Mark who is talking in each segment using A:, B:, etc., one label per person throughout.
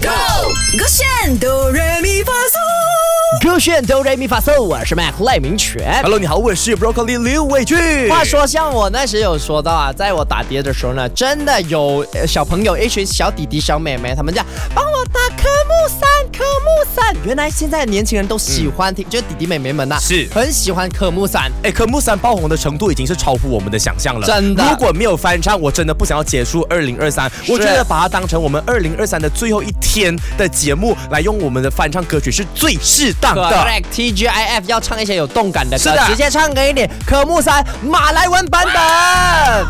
A: Go，勾选哆来咪发嗦。
B: 歌炫哆瑞咪发嗦，我是 Mac 赖明全。
C: Hello，你好，我是 Broccoli 刘伟俊。
B: 话说，像我那时有说到啊，在我打碟的时候呢，真的有呃小朋友，一群小弟弟、小妹妹，他们讲帮我打科目三，科目三。原来现在年轻人都喜欢听，就是弟弟妹妹们呐、
C: 嗯是
B: 很喜欢科目三。
C: 哎，科目三爆红的程度已经是超乎我们的想象了。
B: 真的
C: 如果没有翻唱，我真的不想要结束二零二三。我觉得把它当成我们二零二三的最后一天的节目来用我们的翻唱歌曲是最适当的。
B: Correct T G I F 要唱一些有动感的歌，
C: 是的
B: 直接唱给你科目三马来文版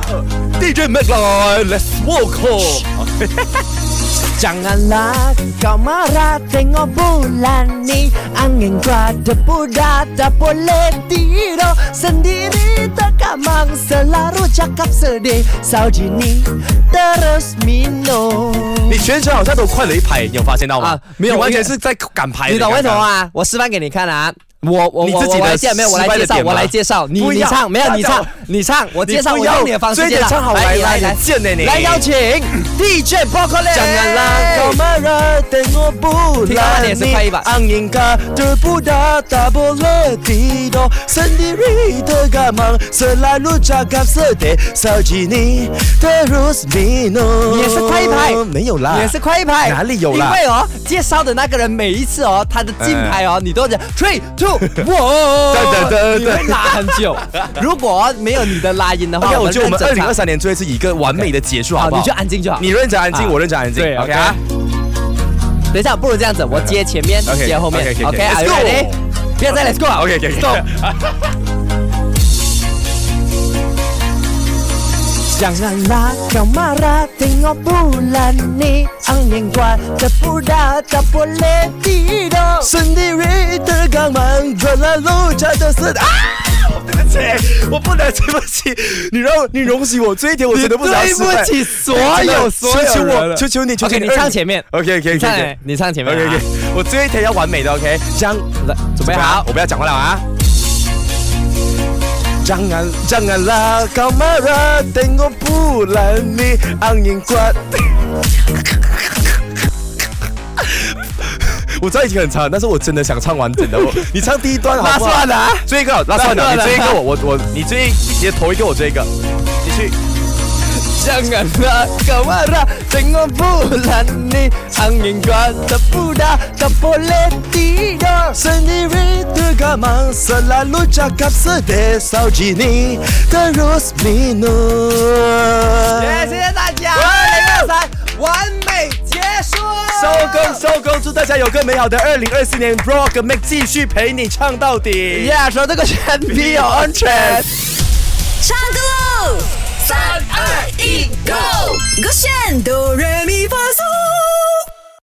B: 本。
C: DJ m a g l i n e Let's Walk Home。
B: Janganlah kau marah tengok bulan ni Angin kuat debu dah tak boleh tidur Sendiri terkamang selalu cakap sedih Saudi ni terus minum
C: 你全程好像都快了一拍，你有发现到吗？
B: 啊没有
C: 你完
B: 我
C: 全
B: 应该
C: 是在赶拍的。
B: 你懂为什么
C: 刚刚？
B: 吗？我示范给你看啊！我我
C: 你
B: 我
C: 自己
B: 我
C: 的
B: 来介没有我来
C: 失败
B: 介
C: 的
B: 绍
C: 点
B: 我
C: 吗
B: 来介绍你
C: 不一
B: 你
C: 样
B: 唱没有
C: 大
B: 你
C: 家
B: 唱你唱我介绍
C: 不
B: 我
C: 要
B: 用你的方式
C: 所以
B: 介
C: 得
B: 绍
C: 唱好来
B: 你
C: 来
B: 来
C: 你贱呢你
B: 来邀请 DJ Broccoli
C: jangan langkau
B: marah tengok bulan
C: ni
B: angin kau terbudak tak boleh tidur sendiri tergamang selalu cakap sedih saji ni terus minum 也是快一拍
C: 没有啦，
B: 也是快一拍，
C: 哪里有啦
B: 因为哦，介绍的那个人每一次哦，他的竞拍哦，你都讲 three two one，
C: 对对对对
B: 你会拉很久。如果没有你的拉音的话
C: OK，我觉得我们二零二
B: 三，
C: 三年最后一次以一个完美的结束，好
B: 好，
C: 不好？
B: 你就安静就好。
C: 你认真安静，
B: 啊
C: 我认真安静。
B: 对
C: OK
B: ，OK
C: 啊。
B: 等一下，不如这样子，我接前面，你
C: OK，
B: 接后面。
C: OK，OK，OK，
B: OK，Are you
C: let's go
B: ready？不要再 Let's go 了
C: OK OK
B: Let's go。Janganlah kau marah tengok bulan ni Angin kuat terpudah tak boleh tidur Sendiri tergamang berlalu jatuh sedar
C: 对不起，我不能，对不起，你让你容许我这一天，我真的不想
B: 对
C: 失败
B: 不起所有所有
C: 求求我，
B: 人
C: 求求你，求求
B: OK，
C: 你，
B: 你唱前面
C: ，OK
B: 你
C: OK OK
B: 唱
C: OK，
B: 你唱前面
C: OK
B: 啊
C: OK，我这一天要完美的 OK，这样
B: 来准备
C: 好，
B: 好
C: 我不要讲话了啊。Jangan janganlah kau marah tengok bulan ni angin kuat. 我知道已经很长，但是我真的想唱完整的。我你唱第一段好不 好？
B: 那算了啊
C: 最后一个，那算了，
B: 那算
C: 你
B: 了
C: 最后一个我我我，你最你的头一个我最后一个，继续。
B: Janganlah kau marah Tengok bulan ni Angin kuat terpudah Tak boleh tidur Sendiri tergamang Selalu cakap sedih Saji ni Terus minum
C: 呃
B: 谢谢大家2023完美结束
C: 收工 收工，祝大家有个美好的二零二四年，Rock Make 继续陪你唱到底。
B: Yeah，说这个全比有安全。
A: 唱歌喽！三二一，Go！勾选哆来咪